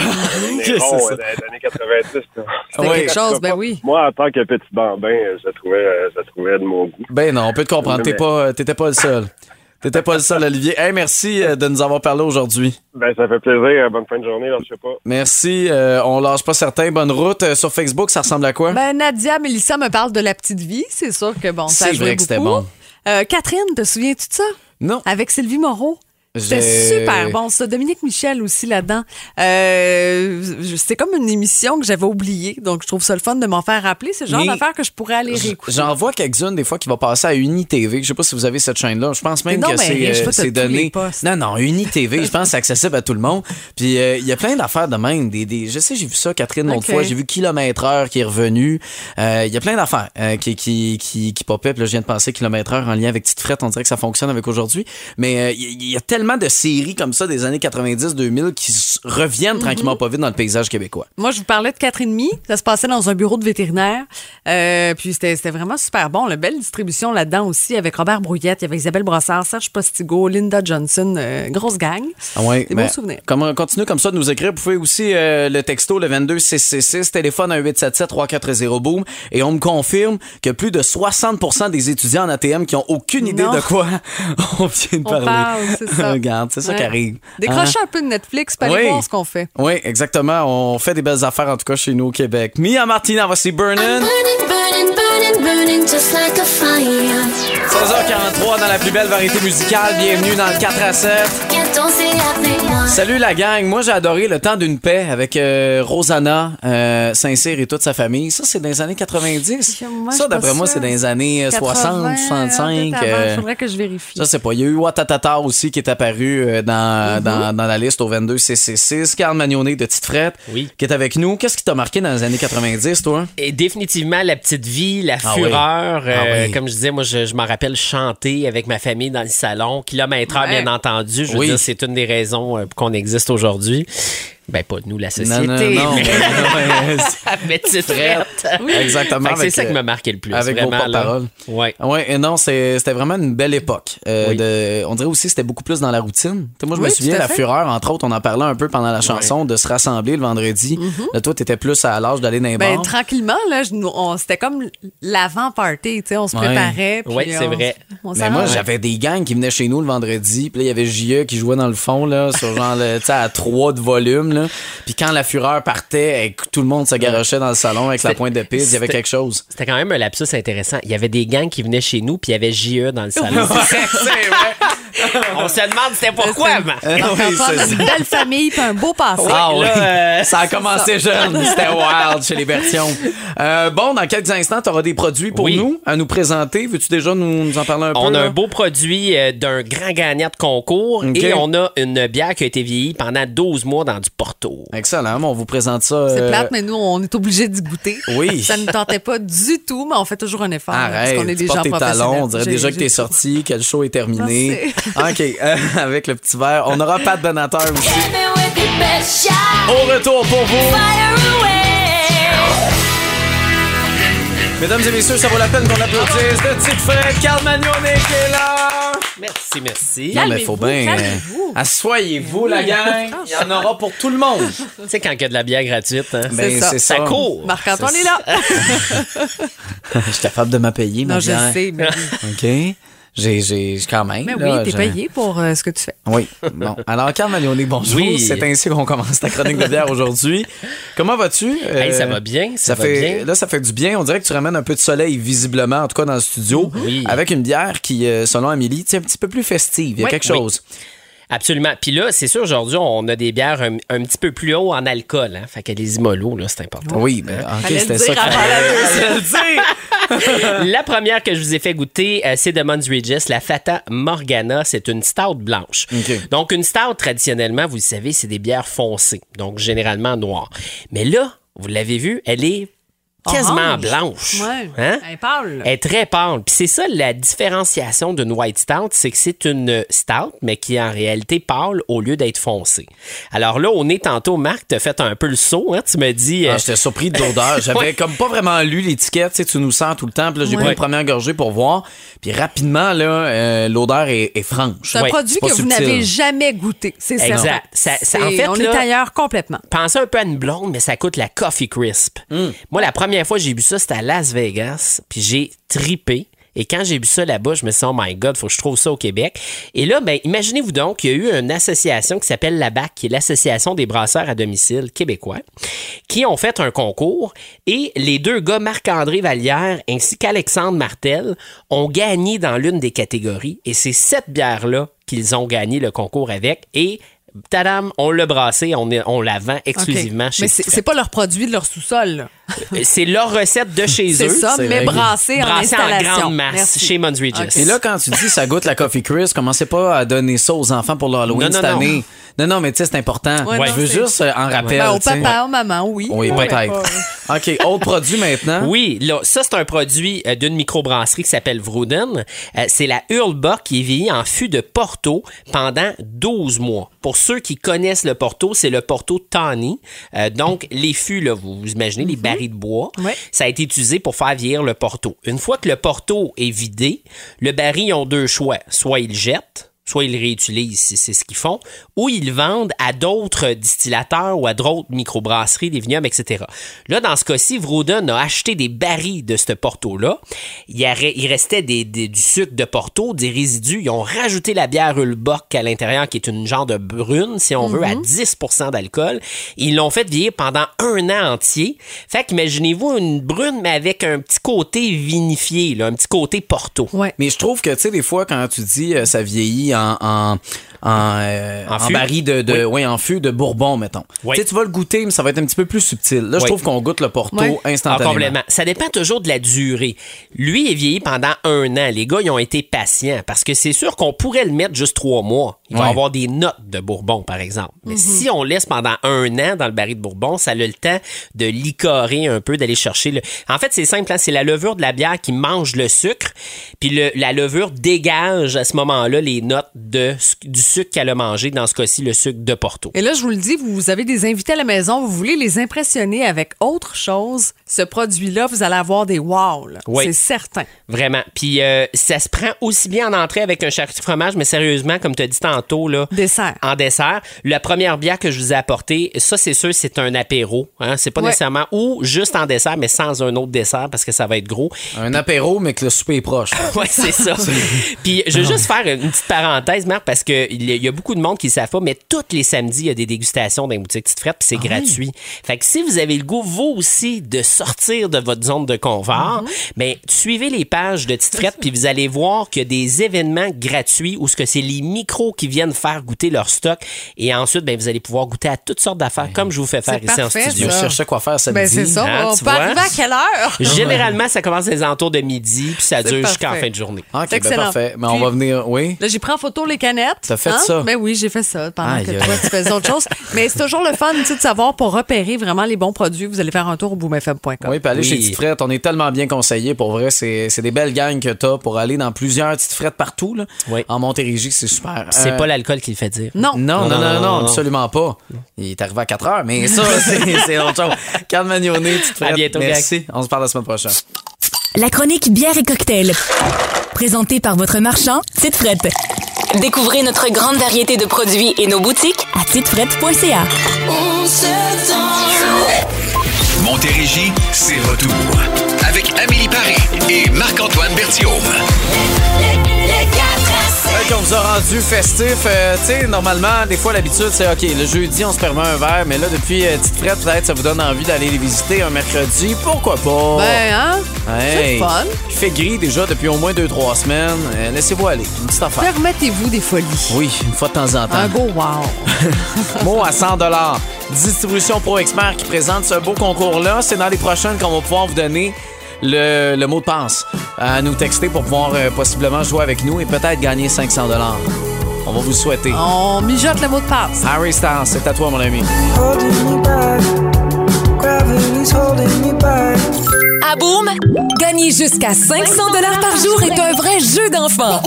Speaker 2: c'est
Speaker 6: Les ronds,
Speaker 2: ça.
Speaker 6: euh, des années 90. là.
Speaker 3: C'était
Speaker 2: ouais.
Speaker 3: quelque chose, ben oui.
Speaker 6: Moi, en tant que petit bambin, euh, je le trouvais, euh, je le trouvais de mon goût.
Speaker 2: Ben non, on peut te comprendre. T'es pas, euh, t'étais pas le seul. T'étais pas le seul, Olivier. Hey, merci euh, de nous avoir parlé aujourd'hui.
Speaker 6: Ben, ça fait plaisir. Bonne fin de journée, là, je sais pas.
Speaker 2: Merci. euh, on lâche pas certains. Bonne route. Euh, sur Facebook, ça ressemble à quoi?
Speaker 3: Ben, Nadia, Mélissa me parle de la petite vie. C'est sûr que bon, ça
Speaker 2: C'est
Speaker 3: a joué
Speaker 2: vrai que c'était
Speaker 3: beaucoup.
Speaker 2: bon.
Speaker 3: Euh, Catherine, te souviens-tu de ça?
Speaker 2: non.
Speaker 3: Avec Sylvie Moreau.
Speaker 2: J'ai-
Speaker 3: C'était super bon, ça. Dominique Michel aussi là-dedans. Euh, je- c'est comme une émission que j'avais oubliée, donc je trouve ça le fun de m'en faire rappeler. C'est le genre
Speaker 2: Mais-
Speaker 3: d'affaire que je pourrais aller
Speaker 2: J-
Speaker 3: réécouter.
Speaker 2: J'en vois quelques-unes des fois qui va passer à UniTV. Je sais pas si vous avez cette chaîne-là. Je pense même
Speaker 3: Mais non,
Speaker 2: que
Speaker 3: mais
Speaker 2: c'est, euh,
Speaker 3: je vois, t'as
Speaker 2: c'est
Speaker 3: tous les
Speaker 2: donné.
Speaker 3: postes.
Speaker 2: Non, non, UniTV, je pense que c'est accessible à tout le monde. Puis euh, il y a plein d'affaires de même. Des, des- je sais, j'ai vu ça, Catherine, l'autre
Speaker 3: Ok.
Speaker 2: fois. J'ai vu Kilomètre Heure qui est revenu. Euh, Il y a plein d'affaires euh, qui, qui, qui, qui popaient. Puis là, je viens de penser Kilomètre Heure en lien avec Tite Frette. On dirait que ça fonctionne avec aujourd'hui. Mais euh, il y, a tellement de séries comme ça des années 90-2000 qui s-
Speaker 3: Mhm.
Speaker 2: reviennent tranquillement pas vite dans le paysage québécois.
Speaker 3: Moi, je vous parlais de 4,5. Ça se passait dans un bureau de vétérinaire. Euh, puis c'était c'était vraiment super bon. La belle distribution là-dedans aussi avec Robert Brouillette, il y avait Isabelle Brassard, Serge Postigo, Linda Johnson. euh, grosse gang.
Speaker 2: Ah ouais,
Speaker 3: Des
Speaker 2: ben,
Speaker 3: bons souvenirs.
Speaker 2: Comme, on continue comme ça de nous écrire. Vous pouvez aussi euh, le texto le 22666, téléphone à 877-340-BOOM. Et on me confirme que plus de 60 des étudiants en ATM qui ont aucune idée
Speaker 3: Non.
Speaker 2: de quoi <laughs> on vient de
Speaker 3: On
Speaker 2: parler.
Speaker 3: parle, c'est ça.
Speaker 2: <laughs> Regarde, c'est ça qui
Speaker 3: Ouais.
Speaker 2: arrive.
Speaker 3: Décrochez
Speaker 2: Hein?
Speaker 3: un peu de Netflix, pas aller
Speaker 2: Oui.
Speaker 3: voir ce qu'on fait.
Speaker 2: Oui, exactement. On fait des belles affaires, en tout cas, chez nous au Québec. Mia Martina, voici Burnin.
Speaker 7: Burning, burning, burning, burning just like a fire.
Speaker 2: 16h43 dans la plus belle variété musicale. Bienvenue dans le 4 à 7.
Speaker 7: Viens danser avec moi.
Speaker 2: Salut la gang, moi j'ai adoré le temps d'une paix avec euh, Rosanna euh, Saint-Cyr et toute sa famille. Ça c'est dans les années 90.
Speaker 3: Moi, je
Speaker 2: ça
Speaker 3: suis
Speaker 2: d'après
Speaker 3: pas
Speaker 2: moi c'est
Speaker 3: sûre.
Speaker 2: dans les années 60, 65.
Speaker 3: Il
Speaker 2: euh,
Speaker 3: faudrait que je vérifie.
Speaker 2: ça, c'est pas. Il y a eu Watatata aussi qui est apparu euh, dans, dans, dans la liste au 22 CC6. Carl Magnonet de Tite Frette
Speaker 9: Oui.
Speaker 2: qui est avec nous. Qu'est-ce qui t'a marqué dans les années 90, toi?
Speaker 9: Et définitivement, la petite vie, la
Speaker 2: Ah
Speaker 9: fureur.
Speaker 2: oui.
Speaker 9: euh,
Speaker 2: Ah oui.
Speaker 9: Comme je disais, moi, je, je m'en rappelle chanter avec ma famille dans le salon. Kilomètre heure,
Speaker 3: Ouais.
Speaker 9: bien entendu. Je veux
Speaker 2: Oui.
Speaker 9: dire, c'est une des raisons euh, qu'on existe aujourd'hui. Ben, pas nous, la société. mais- <laughs>
Speaker 2: mais-
Speaker 9: Mais petite frette.
Speaker 2: Exactement.
Speaker 9: Fait que C'est
Speaker 2: avec,
Speaker 9: ça qui
Speaker 2: euh,
Speaker 9: m'a marqué le plus.
Speaker 2: avec vos
Speaker 9: vraiment, là.
Speaker 2: porte-paroles.
Speaker 9: Ouais.
Speaker 2: Oui, et non, c'est- c'était vraiment une belle époque. Euh,
Speaker 9: Oui.
Speaker 2: de- on dirait aussi que c'était beaucoup plus dans la routine. Tu sais, moi, je
Speaker 3: Oui,
Speaker 2: me
Speaker 3: tout
Speaker 2: souviens,
Speaker 3: à
Speaker 2: la
Speaker 3: fait.
Speaker 2: fureur, entre autres, on en parlait un peu pendant la chanson, de se rassembler le vendredi.
Speaker 9: Mm-hmm.
Speaker 2: Là, toi, t'étais plus à l'âge d'aller dans les
Speaker 3: Ben,
Speaker 2: bars.
Speaker 3: tranquillement, là, je- nous- on- c'était comme l'avant-party, tu sais, on se
Speaker 2: Ouais.
Speaker 3: préparait. puis
Speaker 9: Ouais, c'est
Speaker 3: on-
Speaker 9: vrai.
Speaker 3: on
Speaker 2: Mais moi,
Speaker 3: s'arrangeait.
Speaker 2: j'avais des gangs qui venaient chez nous le vendredi. Puis là, il y avait J.E. qui jouait dans le fond, là, sur genre, le, tu sais, à trois de volume, là. Puis quand la fureur partait, hey, tout le monde se garochait dans le salon avec la
Speaker 9: C'était-
Speaker 2: pointe de pile. Il y avait
Speaker 9: c'était-
Speaker 2: quelque
Speaker 9: <laughs>
Speaker 2: chose.
Speaker 9: C'était quand même un lapsus intéressant. Il y avait des gangs qui venaient chez nous, puis il y avait JE dans
Speaker 2: <laughs>
Speaker 9: le salon. On se demande c'était pourquoi, man.
Speaker 3: Donc,
Speaker 2: Oui,
Speaker 3: Antoine,
Speaker 2: c'est
Speaker 3: une belle famille puis un beau passé.
Speaker 2: Ah oui.
Speaker 9: là, euh,
Speaker 2: ça a commencé jeune. C'était wild chez les versions. Euh, bon, dans quelques instants, tu auras des produits pour
Speaker 9: Oui.
Speaker 2: nous à nous présenter. Veux-tu déjà nous, nous en parler un peu?
Speaker 9: On
Speaker 2: là?
Speaker 9: a un beau produit euh, d'un grand gagnant de concours
Speaker 2: Ok.
Speaker 9: et on a une bière qui a été vieillie pendant 12 mois dans du Porto.
Speaker 2: Excellent. Bon, on vous présente ça.
Speaker 3: C'est
Speaker 2: euh,
Speaker 3: plate, mais nous, on est obligés d'y goûter.
Speaker 2: Oui.
Speaker 3: Ça ne tentait pas du tout, mais on fait toujours un effort. là,
Speaker 2: Arrête,
Speaker 3: parce qu'on est
Speaker 2: tu
Speaker 3: des gens
Speaker 2: portes tes
Speaker 3: professionnels.
Speaker 2: talons, on dirait
Speaker 3: J'ai-
Speaker 2: déjà que
Speaker 3: j'ai
Speaker 2: t'es
Speaker 3: tout.
Speaker 2: sorti, que le show est terminé. <laughs> OK, euh, avec le petit verre, on aura Pat Benatar aussi.
Speaker 7: Hit me with your best shot.
Speaker 2: Au retour pour vous,
Speaker 7: Fire away.
Speaker 2: mesdames et messieurs, ça vaut la peine qu'on applaudisse. Le petit frère, Carl Magnonet qui est là.
Speaker 9: Merci, merci.
Speaker 2: Non, mais faut
Speaker 3: Calmez-vous,
Speaker 2: bien. euh,
Speaker 3: calmez-vous.
Speaker 2: Assoyez-vous, la gang. Il y en aura pour tout le monde.
Speaker 9: Tu sais, quand il y a de la bière gratuite, hein,
Speaker 2: Ben,
Speaker 3: ça.
Speaker 2: c'est
Speaker 9: ça court.
Speaker 3: Marc-Antoine est là.
Speaker 2: <laughs> Je suis capable de me payer, ma
Speaker 3: Non, je
Speaker 2: bière.
Speaker 3: sais, mais,
Speaker 2: OK. J'ai, j'ai, j'ai- quand même.
Speaker 3: mais
Speaker 2: là,
Speaker 3: oui, t'es
Speaker 2: je-
Speaker 3: payé pour euh, ce que tu fais.
Speaker 2: Oui. Bon. Alors, Carl Magnoni, bonjour.
Speaker 9: Oui.
Speaker 2: C'est ainsi qu'on commence ta chronique de
Speaker 9: <laughs>
Speaker 2: bière aujourd'hui. Comment vas-tu? Euh,
Speaker 9: Hey, ça va bien, ça va
Speaker 2: fait,
Speaker 9: bien.
Speaker 2: Là, ça fait du bien. On dirait que tu ramènes un peu de soleil, visiblement, en tout cas dans le studio,
Speaker 9: Oui.
Speaker 2: avec une bière qui, euh, selon Amélie, tu sais, un petit peu plus festive. Il y a
Speaker 9: Oui,
Speaker 2: quelque
Speaker 9: oui.
Speaker 2: chose.
Speaker 9: Absolument. Puis là, c'est sûr, aujourd'hui, on a des bières un, un petit peu plus haut en alcool. Hein. Fait que les immolos, là, c'est important.
Speaker 2: Oui, mais OK,
Speaker 3: Fallait
Speaker 2: c'était
Speaker 3: le
Speaker 2: ça.
Speaker 3: dire avant la
Speaker 2: Je le dis.
Speaker 9: <laughs> la première que je vous ai fait goûter, euh, c'est de Mons Regis, la Fata Morgana. C'est une stout blanche.
Speaker 2: OK.
Speaker 9: Donc, une stout, traditionnellement, vous le savez, c'est des bières foncées. Donc, généralement noires. Mais là, vous l'avez vu, elle est quasiment
Speaker 3: Orange.
Speaker 9: blanche.
Speaker 3: Ouais.
Speaker 9: Hein?
Speaker 3: Elle parle.
Speaker 9: Elle est très pâle. Puis c'est ça la différenciation d'une white stout, c'est que c'est une stout, mais qui est en réalité pâle au lieu d'être foncée. Alors là, on est tantôt, Marc, t'as fait un peu le saut, hein? Tu me dis. euh,
Speaker 2: Ah, J'étais surpris de <laughs> l'odeur. J'avais
Speaker 9: Ouais.
Speaker 2: comme pas vraiment lu l'étiquette. Tu sais, tu nous sens tout le temps. Puis là, j'ai
Speaker 3: Ouais.
Speaker 2: pris une première gorgée pour voir. Puis rapidement, là, euh, l'odeur est, est franche.
Speaker 3: C'est un
Speaker 9: Ouais,
Speaker 3: produit
Speaker 2: c'est pas
Speaker 3: que vous
Speaker 2: subtil.
Speaker 3: n'avez jamais goûté. C'est
Speaker 9: Exact.
Speaker 3: certain.
Speaker 9: Ça- ça- en
Speaker 3: C'est-
Speaker 9: fait,
Speaker 3: on
Speaker 9: là-
Speaker 3: est ailleurs complètement.
Speaker 9: Pensez un peu à une blonde, mais ça coûte la Coffee Crisp. Moi, la première fois que j'ai bu ça, c'était à Las Vegas, puis j'ai tripé. Et quand j'ai bu ça là-bas, je me suis dit, oh my God, faut que je trouve ça au Québec. Et là, ben, imaginez-vous donc qu'il y a eu une association qui s'appelle la BAC, qui est l'Association des brasseurs à domicile québécois, qui ont fait un concours et les deux gars, Marc-André Vallière ainsi qu'Alexandre Martel, ont gagné dans l'une des catégories. Et c'est cette bière-là qu'ils ont gagné le concours avec. Et Tadam, on l'a brassé, on, est- on la vend exclusivement
Speaker 3: OK.
Speaker 9: chez
Speaker 3: Mais c'est c'est pas leur produit de leur sous-sol. là.
Speaker 9: Fred. C'est leur recette de chez
Speaker 3: C'est
Speaker 9: eux.
Speaker 3: ça,
Speaker 2: c'est
Speaker 3: mais
Speaker 2: vrai.
Speaker 3: brassé en
Speaker 9: brassée en
Speaker 3: installation.
Speaker 9: grande masse
Speaker 3: Merci.
Speaker 9: chez Mons Regis.
Speaker 3: OK.
Speaker 2: Et là, quand tu dis ça goûte la Coffee Crisp, commencez pas à donner ça aux enfants pour l'Halloween
Speaker 9: Non, non,
Speaker 2: cette
Speaker 9: non.
Speaker 2: année. Non, non, mais tu sais, c'est important. Je
Speaker 3: Ouais, non,
Speaker 2: veux
Speaker 3: c'est-
Speaker 2: juste euh, en rappel.
Speaker 3: Ben, au
Speaker 2: tu sais.
Speaker 3: papa, aux mamans, oui.
Speaker 2: Oui,
Speaker 3: Ouais.
Speaker 2: peut-être. OK, autre produit maintenant.
Speaker 9: Oui, là, ça, c'est un produit euh, d'une microbrasserie qui s'appelle Vrouden. Euh, c'est la Hurlbach qui est vieillie en fût de Porto pendant 12 mois. Pour ceux qui connaissent le Porto, c'est le Porto Tawny. Euh, donc, les fûts, là, vous, vous imaginez,
Speaker 3: Mhm.
Speaker 9: les barils de bois,
Speaker 3: Ouais.
Speaker 9: ça a été utilisé pour faire vieillir le Porto. Une fois que le Porto est vidé, le baril, ils ont deux choix. Soit ils le jettent, soit ils le réutilisent, si c'est ce qu'ils font, ou ils le vendent à d'autres distillateurs ou à d'autres microbrasseries, des vignobles, etc. Là, dans ce cas-ci, Vroden a acheté des barils de ce Porto-là. Il, y aurait- il restait des- des- du sucre de Porto, des résidus. Ils ont rajouté la bière Ulbock à l'intérieur, qui est une genre de brune, si on veut, à 10 d'alcool. Ils l'ont fait vieillir pendant un an entier. Fait qu'imaginez-vous une brune, mais avec un petit côté vinifié, là, un petit côté Porto.
Speaker 3: Ouais.
Speaker 2: Mais je trouve que, tu sais, des fois, quand tu dis euh, ça vieillit en, en, en, euh,
Speaker 9: En
Speaker 2: en
Speaker 9: fût.
Speaker 2: baril de, de-
Speaker 9: Oui.
Speaker 2: ouais, en fût de Bourbon, mettons.
Speaker 9: Oui.
Speaker 2: Tu sais, tu vas le goûter, mais ça va être un petit peu plus subtil. Là, je
Speaker 9: Oui.
Speaker 2: trouve qu'on goûte le Porto
Speaker 3: Ouais.
Speaker 9: Ah,
Speaker 2: instantanément.
Speaker 9: complètement. Ça dépend toujours de la durée. Lui est vieilli pendant un an. Les gars, ils ont été patients parce que c'est sûr qu'on pourrait le mettre juste trois mois. Il va
Speaker 2: Ouais.
Speaker 9: avoir des notes de Bourbon, par exemple. Mais si on laisse pendant un an dans le baril de Bourbon, ça a le temps de licorer un peu, d'aller chercher le. En fait, c'est simple. hein. C'est la levure de la bière qui mange le sucre, puis le- la levure dégage à ce moment-là les notes de, du sucre qu'elle a mangé. Dans ce cas-ci, le sucre de Porto.
Speaker 3: Et là, je vous le dis, vous avez des invités à la maison, vous voulez les impressionner avec autre chose. Ce produit-là, vous allez avoir des wow. là.
Speaker 9: Oui.
Speaker 3: C'est certain.
Speaker 9: Vraiment. Puis euh, ça se prend aussi bien en entrée avec un charcuterie fromage, mais sérieusement, comme tu as dit tantôt, là,
Speaker 3: Dessert.
Speaker 9: en dessert, la première bière que je vous ai apportée, ça c'est sûr, c'est un apéro. Hein? C'est pas
Speaker 3: Ouais.
Speaker 9: nécessairement ou juste en dessert, mais sans un autre dessert parce que ça va être gros.
Speaker 2: Un apéro, mais que le souper est proche.
Speaker 3: Ah,
Speaker 9: Ouais, c'est ça. Puis je veux juste faire une petite parenthèse, Marc, parce que il y a- il y a beaucoup de monde qui ne savent pas, mais tous les samedis, il y a des dégustations dans les boutiques Petite Frette, puis
Speaker 3: Ah
Speaker 9: c'est gratuit. Fait que si vous avez le goût, vous aussi, de sortir de votre zone de confort,
Speaker 3: Mhm.
Speaker 9: ben, suivez les pages de Petite Frette, puis vous allez voir qu'il y a des événements gratuits où ce que c'est les micros qui viennent faire goûter leur stock. Et ensuite, ben, vous allez pouvoir goûter à toutes sortes d'affaires, comme je vous fais faire
Speaker 3: Ben, C'est
Speaker 9: ici en
Speaker 3: parfait,
Speaker 9: studio.
Speaker 2: Je
Speaker 3: Ça.
Speaker 2: cherchais quoi faire samedi.
Speaker 3: Ben, c'est ça.
Speaker 9: hein,
Speaker 3: on
Speaker 9: tu
Speaker 3: peut
Speaker 9: vois.
Speaker 3: arriver à quelle heure?
Speaker 9: Généralement, ça commence les alentours de midi, puis ça
Speaker 3: C'est
Speaker 9: dure jusqu'en
Speaker 3: parfait. Ah,
Speaker 9: fin de journée.
Speaker 2: OK, ben,
Speaker 3: Excellent.
Speaker 2: parfait. Mais on
Speaker 3: Puis-
Speaker 2: va venir, oui.
Speaker 3: Là, j'ai pris en photo les canettes.
Speaker 2: T'as fait ça?
Speaker 3: Ben oui, j'ai fait ça pendant
Speaker 2: Aïe,
Speaker 3: que
Speaker 2: aïe.
Speaker 3: toi, tu faisais autre
Speaker 2: <laughs>
Speaker 3: chose. Mais c'est toujours le fun, tu sais, de savoir pour repérer vraiment les bons produits. Vous allez faire un tour au boomfm.com.
Speaker 2: Oui, puis aller
Speaker 9: Ah, Oui.
Speaker 2: chez Tite Frette, on est tellement bien conseillé. Pour vrai, c'est c'est des belles gangs que t'as pour aller dans plusieurs Tite Frettes partout. Là.
Speaker 9: Oui.
Speaker 2: En Montérégie, c'est super.
Speaker 9: C'est
Speaker 2: Euh,
Speaker 9: pas l'alcool qui le fait dire.
Speaker 3: Non.
Speaker 2: Non, non, non, non,
Speaker 9: non, non.
Speaker 2: absolument pas. Il est arrivé à 4 heures, mais ça, <laughs> c'est c'est autre chose. Carl Magnoné, Tite Frette.
Speaker 9: À bientôt,
Speaker 2: Merci. On se parle la semaine prochaine.
Speaker 10: La chronique bière et cocktail. Présentée par votre marchand, Titefrette. Découvrez notre grande variété de produits et nos boutiques à titefrette.ca.
Speaker 1: Montérégie, c'est retour. Avec Amélie Paris et Marc-Antoine Bertiaume.
Speaker 2: Fait qu'on vous a rendu festif. Euh, tu sais, normalement, des fois, l'habitude, c'est OK, le jeudi, on se permet un verre, mais là, depuis euh, Tite Frette, peut-être, ça vous donne envie d'aller les visiter un mercredi. Pourquoi pas?
Speaker 3: Ben, hein?
Speaker 2: Hey,
Speaker 3: C'est le fun.
Speaker 2: Il fait gris déjà depuis au moins 2-3 semaines. Euh, Laissez-vous aller. Une petite affaire.
Speaker 3: Permettez-vous des folies.
Speaker 2: Oui, une fois de temps en temps.
Speaker 3: Un beau wow.
Speaker 2: mot à 100 Distribution Pro Expert qui présente ce beau concours-là. C'est dans les prochaines qu'on va pouvoir vous donner le, le mot de passe à nous texter pour pouvoir euh, possiblement jouer avec nous et peut-être gagner 500 On va vous le souhaiter.
Speaker 3: On mijote le mot de passe.
Speaker 2: Harry Styles, c'est à toi, mon ami.
Speaker 4: Holding me back. Gravity's holding me back.
Speaker 10: À Boom, gagner jusqu'à 500 dollars par jour est un vrai jeu d'enfant.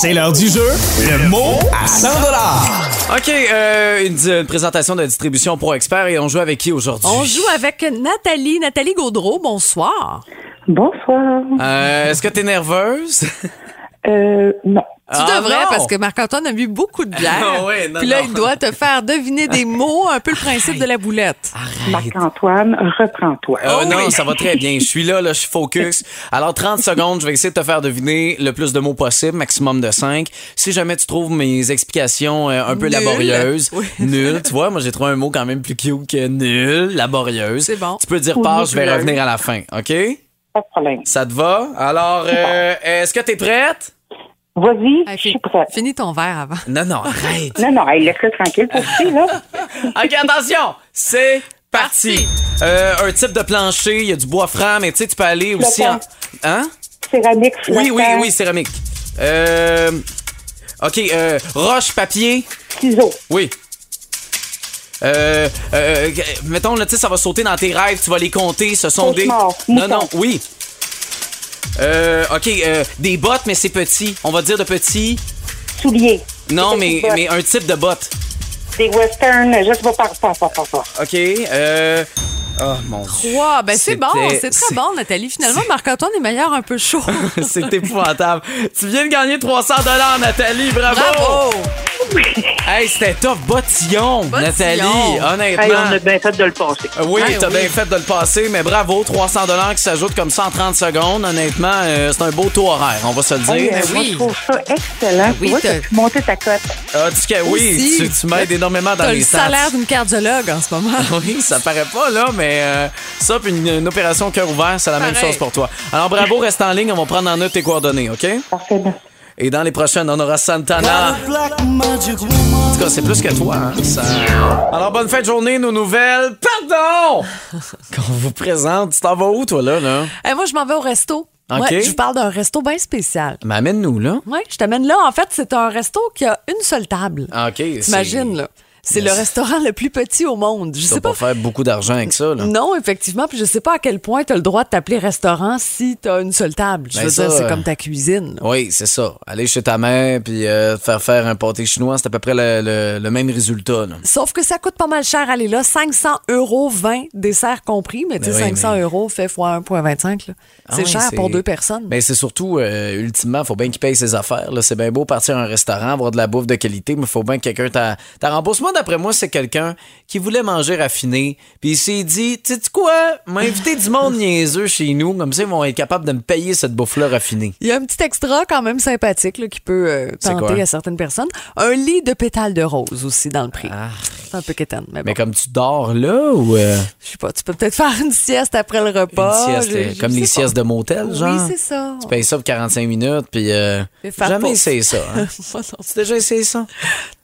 Speaker 11: C'est l'heure du jeu. Le mot à 100
Speaker 2: OK, euh, une, di- une présentation de distribution Pro Expert et on joue avec qui aujourd'hui?
Speaker 3: On joue avec Nathalie. Nathalie Gaudreau, bonsoir.
Speaker 8: Bonsoir.
Speaker 2: Euh, Est-ce que t'es nerveuse?
Speaker 8: Euh, non.
Speaker 3: Tu
Speaker 2: Ah,
Speaker 3: devrais,
Speaker 2: non!
Speaker 3: parce que Marc-Antoine a bu beaucoup de <laughs> bière.
Speaker 2: Ah ouais, non,
Speaker 3: Puis là,
Speaker 2: non.
Speaker 3: il doit te faire deviner <laughs> des mots, un peu le principe de la boulette.
Speaker 8: Marc-Antoine, reprends-toi.
Speaker 2: Euh,
Speaker 3: Oh
Speaker 2: non, ça va très bien. Je suis là, là, je suis focus. Alors, 30 secondes, je vais essayer de te faire deviner le plus de mots possible, maximum de 5. Si jamais tu trouves mes explications euh, un peu
Speaker 3: Nul.
Speaker 2: laborieuses,
Speaker 3: Oui.
Speaker 2: <laughs> nul, tu vois, moi j'ai trouvé un mot quand même plus cute que nul, laborieuse. C'est
Speaker 3: bon.
Speaker 2: Tu peux dire
Speaker 3: Ou
Speaker 2: passe, je vais
Speaker 3: nébuleuse.
Speaker 2: revenir à la fin, OK?
Speaker 8: Pas de problème.
Speaker 2: Ça te va? Alors, euh, est-ce que t'es prête?
Speaker 8: Vas-y,
Speaker 3: je suis prête. Ah, Finis ton verre <laughs> avant.
Speaker 2: Non, non, arrête.
Speaker 8: Non, non, elle laisse-le tranquille pour lui, là.
Speaker 2: <laughs> OK, attention, c'est parti. Euh, un type de plancher, il y a du bois franc, mais tu sais, tu peux aller aussi en... Hein?
Speaker 8: Céramique,
Speaker 2: Oui, oui,
Speaker 8: flottant,
Speaker 2: oui, céramique. Euh, OK, euh, roche, papier.
Speaker 8: Ciseaux.
Speaker 2: Oui. Euh, euh, mettons, là, tu sais, ça va sauter dans tes rêves, tu vas les compter, ce sont des...
Speaker 8: Cauchemar,
Speaker 2: Non,
Speaker 8: mouton.
Speaker 2: non, oui. Euh, OK, euh, des bottes, mais c'est petit. On va dire de petit.
Speaker 8: Souliers.
Speaker 2: Non,
Speaker 8: Des
Speaker 2: mais,
Speaker 8: petites bottes.
Speaker 2: mais un type de bottes.
Speaker 8: Des westerns, je sais pas, pas, pas, pas, pas, pas.
Speaker 2: OK, euh... Oh, mon Dieu. <laughs>
Speaker 3: Wow, ben c'est bon,
Speaker 2: C'était-
Speaker 3: c'est très bon, Nathalie. Finalement, Marc-Antoine est meilleur un peu <laughs> chaud.
Speaker 2: c'est épouvantable. Tu viens de gagner 300 Nathalie. Bravo!
Speaker 3: Bravo!
Speaker 2: Hey, c'était top. Bottillon, Nathalie. Honnêtement.
Speaker 8: Hey, on a bien fait de le passer.
Speaker 2: Euh, Oui,
Speaker 8: Hey,
Speaker 2: t'as
Speaker 8: oui.
Speaker 2: bien fait de le passer, mais bravo, 300 qui s'ajoutent comme 130 secondes. Honnêtement, euh, c'est un beau taux horaire, on va se le dire.
Speaker 8: Hey, euh, moi, je trouve ça excellent.
Speaker 2: Eh. Ah oui,
Speaker 8: tu vois,
Speaker 2: t'as-
Speaker 8: t'as pu monter ta cote.
Speaker 2: Ah, tu sais que oui,
Speaker 8: Aussi.
Speaker 2: tu, tu m'aides énormément dans
Speaker 3: T'as
Speaker 2: les
Speaker 3: le
Speaker 2: stats.
Speaker 3: salaire d'une cardiologue en ce <laughs> moment.
Speaker 2: Oui, ça paraît pas, là, mais euh, ça, puis une, une opération cœur ouvert, c'est la même
Speaker 3: Pareil.
Speaker 2: chose pour toi. Alors, bravo, reste en ligne, on va prendre en note tes coordonnées, OK?
Speaker 8: Parfait, merci.
Speaker 2: Et dans les prochaines, on aura Santana. En tout cas, c'est plus que toi, hein, ça. Alors, bonne fin de journée, nos nouvelles.
Speaker 3: <laughs>
Speaker 2: Pardon! Qu'on vous présente. Tu t'en vas où, toi, là, là?
Speaker 3: Eh, moi, je m'en vais au resto.
Speaker 2: OK.
Speaker 3: Ouais, je vous parle d'un resto bien spécial.
Speaker 2: Mais amène-nous, là.
Speaker 3: Oui, je t'amène là. En fait, c'est un resto qui a une seule table.
Speaker 2: Ah, OK. c'est-
Speaker 3: T'imagines, là. C'est
Speaker 2: Mais
Speaker 3: le
Speaker 2: c'est-
Speaker 3: restaurant le plus petit au monde. Je
Speaker 2: Tu
Speaker 3: sais
Speaker 2: vas
Speaker 3: pas.
Speaker 2: pas faire beaucoup d'argent avec ça, là.
Speaker 3: Non, effectivement. Puis je sais pas à quel point tu as le droit de t'appeler restaurant si tu as une seule table. Je
Speaker 2: Ben,
Speaker 3: veux
Speaker 2: ça,
Speaker 3: dire, c'est
Speaker 2: euh,
Speaker 3: comme ta cuisine.
Speaker 2: Oui, c'est ça. Aller chez ta mère puis euh, te faire faire un pâté chinois, c'est à peu près le, le- le même résultat. là.
Speaker 3: Sauf que ça coûte pas mal cher aller là. 500 euros 20 desserts compris. Mais tu sais,
Speaker 2: Ben oui,
Speaker 3: 500
Speaker 2: mais-
Speaker 3: euros fait x 1,25. là.
Speaker 2: Ah
Speaker 3: C'est
Speaker 2: oui,
Speaker 3: cher pour deux personnes.
Speaker 2: Mais c'est surtout, euh, ultimement, faut bien qu'il paye ses affaires. là. C'est bien beau partir à un restaurant, avoir de la bouffe de qualité, mais faut bien que quelqu'un t'a t'a rembourse. Moi, d'après moi, c'est quelqu'un qui voulait manger raffiné, puis il s'est dit, tu sais quoi, m'inviter du
Speaker 3: <laughs>
Speaker 2: monde niaiseux chez nous, comme ça, ils vont être capables de me payer cette bouffe-là raffinée.
Speaker 3: Il y a un petit extra quand même sympathique là, qui peut euh,
Speaker 2: C'est
Speaker 3: tenter
Speaker 2: quoi?
Speaker 3: à certaines personnes. Un lit de pétales de rose aussi dans le prix. C'est un peu quétaine, mais bon.
Speaker 2: Ah. Mais comme tu dors là ou... euh,
Speaker 3: Je sais pas, tu peux peut-être faire une sieste après le repas.
Speaker 2: Une sieste,
Speaker 3: Je-
Speaker 2: euh,
Speaker 3: je
Speaker 2: comme
Speaker 3: sais
Speaker 2: les
Speaker 3: pas.
Speaker 2: siestes de motel,
Speaker 3: Oui,
Speaker 2: genre.
Speaker 3: c'est ça. <laughs>
Speaker 2: Tu payes ça pour 45 minutes, puis euh,
Speaker 3: Mais faire
Speaker 2: jamais
Speaker 3: pause.
Speaker 2: essayé ça.
Speaker 3: <laughs>
Speaker 2: hein.
Speaker 3: Moi non.
Speaker 2: tu as déjà essayé ça?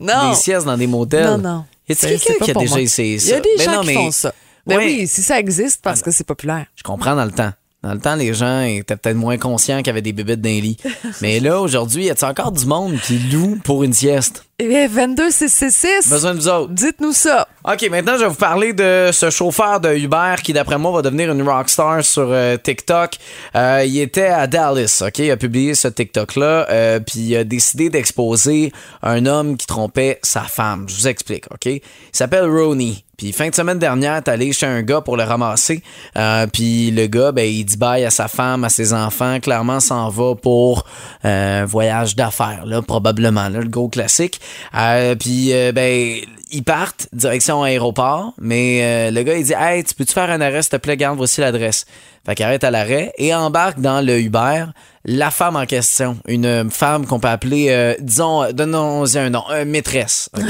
Speaker 3: Non.
Speaker 2: Des siestes dans des motels?
Speaker 3: Oh. Non, non. Ben,
Speaker 2: Y a-t-il
Speaker 3: C'est- c'est
Speaker 2: quelqu'un
Speaker 3: pas
Speaker 2: qui a
Speaker 3: pour
Speaker 2: déjà
Speaker 3: moi.
Speaker 2: essayé ça?
Speaker 3: Il y a des
Speaker 2: Ben
Speaker 3: gens
Speaker 2: non,
Speaker 3: qui
Speaker 2: mais
Speaker 3: font ça. Ben
Speaker 2: Ouais.
Speaker 3: oui, si ça existe, parce que c'est populaire.
Speaker 2: Je comprends dans le temps. Dans le temps, les gens étaient peut-être moins conscients qu'il y avait des bébêtes dans les
Speaker 3: <laughs>
Speaker 2: lits. mais là, aujourd'hui, y a-t-il encore du monde qui loue pour une sieste?
Speaker 3: Eh bien, 22666.
Speaker 2: Besoin de vous autres.
Speaker 3: Dites-nous ça.
Speaker 2: OK, maintenant, je vais vous parler de ce chauffeur de Uber qui, d'après moi, va devenir une rockstar sur euh, TikTok. Euh, il était à Dallas, OK? Il a publié ce TikTok-là, euh, puis il a décidé d'exposer un homme qui trompait sa femme. Je vous explique, OK? Il s'appelle Ronnie. Puis fin de semaine dernière, t'es allé chez un gars pour le ramasser. Euh, puis le gars, ben, il dit bye à sa femme, à ses enfants. Clairement, s'en va pour euh, voyage d'affaires, là, probablement, là, le gros classique. Euh, puis euh, ben, ils partent direction aéroport, mais euh, le gars, il dit hey, tu peux-tu faire un arrêt, s'il te plaît, garde, voici l'adresse. Fait qu'il arrête à l'arrêt et embarque dans le Uber la femme en question, une femme qu'on peut appeler, euh, disons, euh, donnons-y un nom, euh,
Speaker 3: <laughs>
Speaker 2: maîtresse, ok?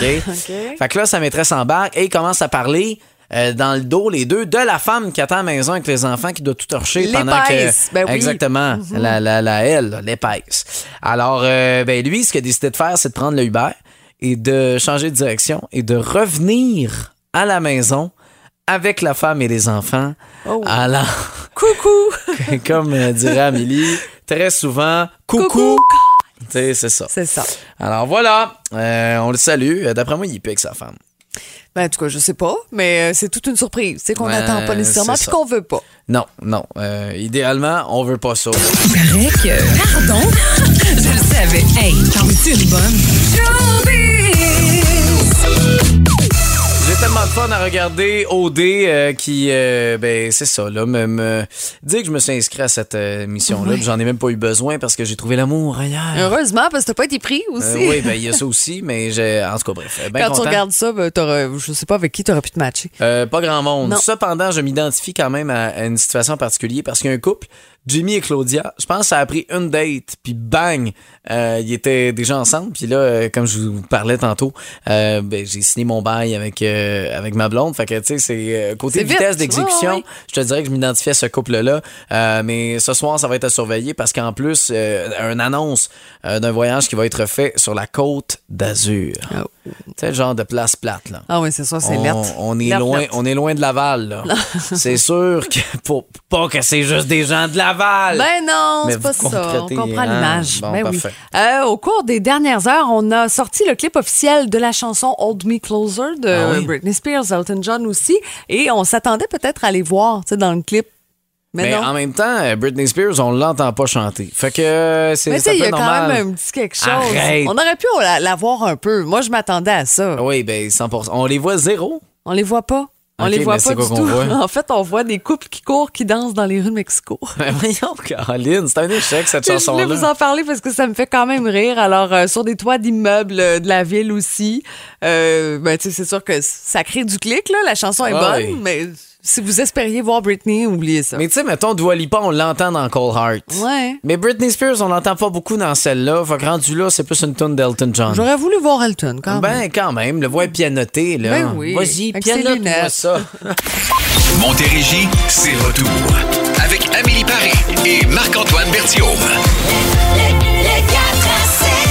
Speaker 2: Fait que là, sa maîtresse embarque et commence à parler euh, dans le dos, les deux, de la femme qui attend à la maison avec les enfants, qui doit tout torcher pendant
Speaker 3: L'épaisse,
Speaker 2: que...
Speaker 3: ben oui.
Speaker 2: Exactement, la, la, la elle, là, l'épaisse. Alors, euh, ben lui, ce qu'il a décidé de faire, c'est de prendre le Uber et de changer de direction et de revenir à la maison avec la femme et les enfants.
Speaker 3: Oh.
Speaker 2: Alors... <laughs>
Speaker 3: Coucou.
Speaker 2: comme euh, dirait Amélie, très souvent, coucou. Tu sais, C'est ça.
Speaker 3: C'est ça.
Speaker 2: Alors voilà, euh, on le salue. Euh, D'après moi, il est plus avec sa femme.
Speaker 3: Ben, en tout cas, je sais pas, mais euh, c'est toute une surprise. C'est qu'on
Speaker 2: Ouais,
Speaker 3: n'attend pas nécessairement,
Speaker 2: c'est
Speaker 3: puis
Speaker 2: ça.
Speaker 3: qu'on veut pas.
Speaker 2: Non, non. Euh, idéalement, on veut pas ça.
Speaker 10: euh, Pardon? Je le savais. Hey, t'en es une bonne?
Speaker 2: J'ai tellement de fun à regarder OD euh, qui, euh, ben, c'est ça, là, me, me dire que je me suis inscrit à cette euh, mission-là,
Speaker 3: Ouais.
Speaker 2: puis j'en ai même pas eu besoin parce que j'ai trouvé l'amour ailleurs.
Speaker 3: Heureusement, parce que t'as pas été pris aussi.
Speaker 2: Euh, oui, ben, il y a ça aussi, mais j'ai, en tout cas, bref. ben
Speaker 3: Quand
Speaker 2: content.
Speaker 3: tu regardes ça, ben, t'aurais- je sais pas avec qui t'aurais pu te matcher.
Speaker 2: Euh, pas grand monde.
Speaker 3: Non.
Speaker 2: Cependant, je m'identifie quand même à, à une situation particulière parce qu'il y a un couple, Jimmy et Claudia, je pense que ça a pris une date, puis bang, euh, ils étaient déjà ensemble. Puis là, euh, comme je vous parlais tantôt, euh, ben, j'ai signé mon bail avec, euh, avec ma blonde. Fait que, tu sais, c'est euh, côté
Speaker 3: C'est vite.
Speaker 2: vitesse d'exécution,
Speaker 3: Ouais, ouais.
Speaker 2: je te dirais que je m'identifie à ce couple-là. Euh, mais ce soir, ça va être à surveiller parce qu'en plus, euh, une annonce euh, d'un voyage qui va être fait sur la côte d'Azur.
Speaker 3: Hum.
Speaker 2: Tu sais, le genre de place plate, là.
Speaker 3: Ah oui, c'est ça, c'est
Speaker 2: On-
Speaker 3: lettre.
Speaker 2: On est
Speaker 3: Lettre,
Speaker 2: loin,
Speaker 3: lettre.
Speaker 2: on est loin de Laval. là. <laughs> c'est sûr que pour pas que c'est juste des gens de Laval.
Speaker 3: Ben non,
Speaker 2: Mais
Speaker 3: c'est pas
Speaker 2: vous
Speaker 3: ça. On
Speaker 2: comprenez,
Speaker 3: comprend
Speaker 2: hein?
Speaker 3: l'image.
Speaker 2: Bon,
Speaker 3: Ben oui.
Speaker 2: parfait.
Speaker 3: Euh, au cours des dernières heures, on a sorti le clip officiel de la chanson Hold Me Closer de
Speaker 2: Ah oui?
Speaker 3: Britney Spears, Elton John aussi. Et on s'attendait peut-être à les voir tu sais, dans le clip. Mais,
Speaker 2: Mais,
Speaker 3: non.
Speaker 2: en même temps, euh, Britney Spears, on l'entend pas chanter. Fait que euh, c'est
Speaker 3: Mais tu
Speaker 2: c'est un
Speaker 3: sais, il y
Speaker 2: peu
Speaker 3: a
Speaker 2: normal.
Speaker 3: quand même un petit quelque chose.
Speaker 2: Arrête.
Speaker 3: On aurait pu la, la voir un peu. Moi, je m'attendais à ça.
Speaker 2: Oui, ben 100%. On les voit zéro. <laughs>
Speaker 3: On les voit pas. On
Speaker 2: Ok,
Speaker 3: les voit
Speaker 2: mais
Speaker 3: pas
Speaker 2: c'est
Speaker 3: du
Speaker 2: quoi qu'on
Speaker 3: tout.
Speaker 2: voit?
Speaker 3: <laughs> En fait, on voit des couples qui courent, qui dansent dans les rues de Mexico.
Speaker 2: Ben voyons, Caroline, c'est un échec cette
Speaker 3: <laughs> Je voulais vous
Speaker 2: chanson-là.
Speaker 3: en parler parce que ça me fait quand même rire. Alors, euh, sur des toits d'immeubles euh, de la ville aussi, euh, ben, tu sais, c'est sûr que ça crée du clic, là. La chanson est
Speaker 2: Ah
Speaker 3: bonne,
Speaker 2: oui.
Speaker 3: mais si vous espériez voir Britney, oubliez ça.
Speaker 2: Mais tu sais, mettons, Dua Lipa, on l'entend dans Cold Heart.
Speaker 3: Ouais.
Speaker 2: Mais Britney Spears, on l'entend pas beaucoup dans celle-là. Fait que rendu là, c'est plus une tune d'Elton John.
Speaker 3: J'aurais voulu voir Elton quand
Speaker 2: ben,
Speaker 3: même.
Speaker 2: quand même, le voix est pianoté, là.
Speaker 3: Ben oui.
Speaker 2: Vas-y,
Speaker 3: Avec ses
Speaker 2: pianote-moi
Speaker 3: lunettes. <laughs>
Speaker 2: ça.
Speaker 1: Montérégie, c'est retour. Avec Amélie Paris et Marc-Antoine Berthiaud.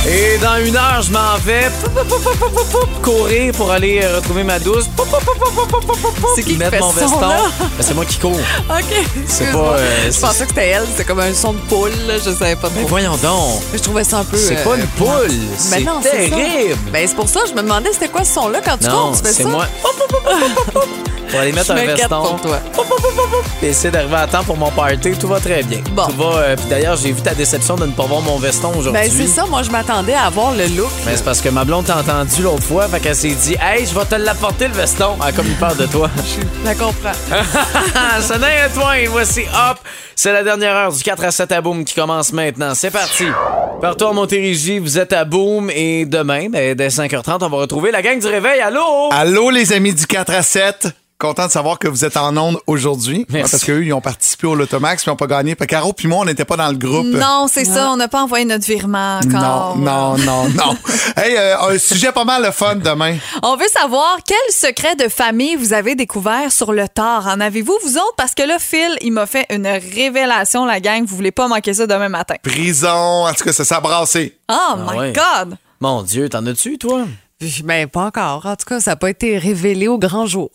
Speaker 2: Et dans une heure, je m'en vais pou- pou- pou- pou- pou- pou- pou- courir pour aller euh, retrouver ma douce. Pou- pou- pou- pou- pou- pou- pou- pou-
Speaker 3: C'est qui qui
Speaker 2: mettre
Speaker 3: fait
Speaker 2: mon
Speaker 3: ce
Speaker 2: veston.
Speaker 3: son-là?
Speaker 2: Ben, c'est moi qui cours.
Speaker 3: <laughs> OK.
Speaker 2: C'est
Speaker 3: excuse-moi.
Speaker 2: pas. euh,
Speaker 3: Je
Speaker 2: c'est-
Speaker 3: pensais que c'était elle, c'était comme un son de poule, là, je savais pas
Speaker 2: Mais
Speaker 3: trop.
Speaker 2: voyons donc.
Speaker 3: Mais Je trouvais ça un peu.
Speaker 2: C'est
Speaker 3: euh,
Speaker 2: pas une
Speaker 3: plate.
Speaker 2: poule,
Speaker 3: Ben
Speaker 2: c'est
Speaker 3: non, c'est ça.
Speaker 2: terrible.
Speaker 3: Ben, c'est pour ça, je me demandais c'était quoi ce son-là quand tu
Speaker 2: Non,
Speaker 3: cours, tu fais
Speaker 2: c'est
Speaker 3: ça?
Speaker 2: moi.
Speaker 3: <laughs>
Speaker 2: Pour aller mettre
Speaker 3: Je
Speaker 2: un
Speaker 3: m'inquiète
Speaker 2: veston.
Speaker 3: pour toi.
Speaker 2: Puis essayer d'arriver à temps pour mon party, tout va très bien.
Speaker 3: Bon.
Speaker 2: Tout va. euh, puis d'ailleurs, j'ai vu ta déception de ne pas voir mon veston aujourd'hui.
Speaker 3: Ben, c'est ça, moi, je m'attendais à avoir le look.
Speaker 2: Mais c'est parce que ma blonde t'a entendu l'autre fois, fait qu'elle s'est dit Hey, je vais te l'apporter le veston. Ah, comme il parle de toi.
Speaker 3: Je la comprends.
Speaker 2: <laughs> Ça n'est point, voici Hop. C'est la dernière heure du 4 à 7 à Boom qui commence maintenant. C'est parti. Partout en Montérégie, vous êtes à Boom et demain, ben, dès 5h30, on va retrouver la gang du réveil. Allô?
Speaker 12: Allô, les amis du 4 à 7. Content de savoir que vous êtes en onde aujourd'hui.
Speaker 2: Merci.
Speaker 12: Ouais, Parce qu'eux, ils ont participé au Lotomax, puis ils n'ont pas gagné. Puis Caro, puis moi, on n'était pas dans le groupe.
Speaker 13: Non, c'est ça, on n'a pas envoyé notre virement
Speaker 12: Non,
Speaker 13: encore.
Speaker 12: non, non,
Speaker 13: <laughs>
Speaker 12: non. hey, euh, un sujet pas mal le fun demain.
Speaker 13: On veut savoir quel secret de famille vous avez découvert sur le tard. En avez-vous, vous autres? Parce que là, Phil, il m'a fait une révélation, la gang. Vous voulez pas manquer ça demain matin.
Speaker 12: Prison, en tout cas, ça s'est brassé.
Speaker 13: Oh my
Speaker 2: Ah ouais.
Speaker 13: God!
Speaker 2: Mon Dieu, t'en as-tu, toi?
Speaker 3: Ben, pas encore. En tout cas, ça n'a pas été révélé au grand jour.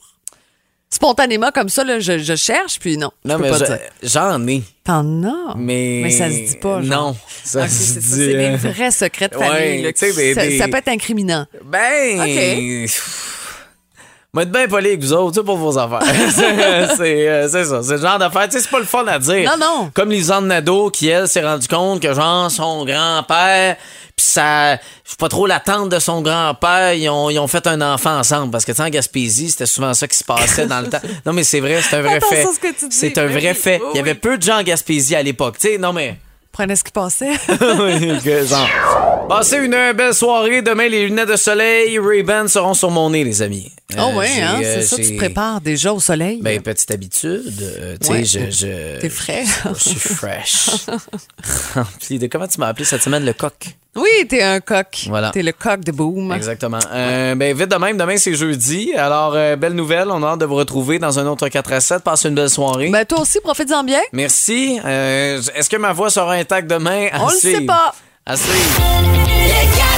Speaker 3: Spontanément, comme ça, là, je, je cherche, puis non.
Speaker 2: Non,
Speaker 3: je peux
Speaker 2: mais
Speaker 3: pas
Speaker 2: je-
Speaker 3: dire.
Speaker 2: j'en ai.
Speaker 3: T'en as?
Speaker 2: Mais...
Speaker 3: Mais ça se dit pas, genre. Ah,
Speaker 2: Non, ça
Speaker 3: Ok,
Speaker 2: se
Speaker 3: c'est ça,
Speaker 2: dit.
Speaker 3: c'est des
Speaker 2: euh,
Speaker 3: vrais secrets de
Speaker 2: ouais,
Speaker 3: famille. là,
Speaker 2: tu sais,
Speaker 3: qui-
Speaker 2: des-
Speaker 3: ça,
Speaker 2: des-
Speaker 3: ça peut être incriminant.
Speaker 2: Ben.
Speaker 3: OK.
Speaker 2: Moi, être bien poli avec vous autres, c'est pour vos affaires. <laughs> c'est c'est, euh, c'est ça, c'est le genre d'affaires. Tu sais, c'est pas le fun à dire.
Speaker 3: Non, non.
Speaker 2: Comme Lisanne Nadeau, qui, elle, s'est rendue compte que, genre, son grand-père, puis ça. Je suis pas trop la tante de son grand-père, ils ont, ils ont fait un enfant ensemble. Parce que, tu sais, en Gaspésie, c'était souvent ça qui se passait dans le
Speaker 3: <laughs>
Speaker 2: temps. Non, mais c'est vrai, c'est un vrai
Speaker 3: Attention
Speaker 2: fait.
Speaker 3: à ce que tu dis,
Speaker 2: C'est un
Speaker 3: mais
Speaker 2: vrai
Speaker 3: oui,
Speaker 2: fait.
Speaker 3: oui,
Speaker 2: Il y avait peu de gens en Gaspésie à l'époque. Tu sais, non, mais.
Speaker 3: Prenez ce
Speaker 2: <laughs>
Speaker 3: qui passait.
Speaker 2: Que genre. Passez une euh, belle soirée. Demain, les lunettes de soleil Ray-Ban seront sur mon nez, les amis. Euh,
Speaker 3: oh oui,
Speaker 2: j'ai,
Speaker 3: hein,
Speaker 2: euh,
Speaker 3: c'est ça, tu
Speaker 2: j'ai-
Speaker 3: te prépares déjà au soleil.
Speaker 2: Ben, petite habitude. euh, tu sais,
Speaker 3: Ouais.
Speaker 2: je. je-
Speaker 3: T'es frais.
Speaker 2: Je suis fresh.
Speaker 3: <laughs>
Speaker 2: Rempli de- Comment tu m'as appelé cette semaine le coq?
Speaker 3: Oui, t'es un coq.
Speaker 2: Voilà.
Speaker 3: T'es le coq de boom.
Speaker 2: Exactement. Euh, ben, vite de même, demain c'est jeudi. Alors, euh, belle nouvelle, on a hâte de vous retrouver dans un autre 4 à 7. Passez une belle soirée.
Speaker 3: Ben, toi aussi, profites-en bien.
Speaker 2: Merci. Euh, Est-ce que ma voix sera intacte demain? À
Speaker 3: On le sait
Speaker 2: suivre.
Speaker 3: pas.
Speaker 2: À suivre.
Speaker 7: Le 4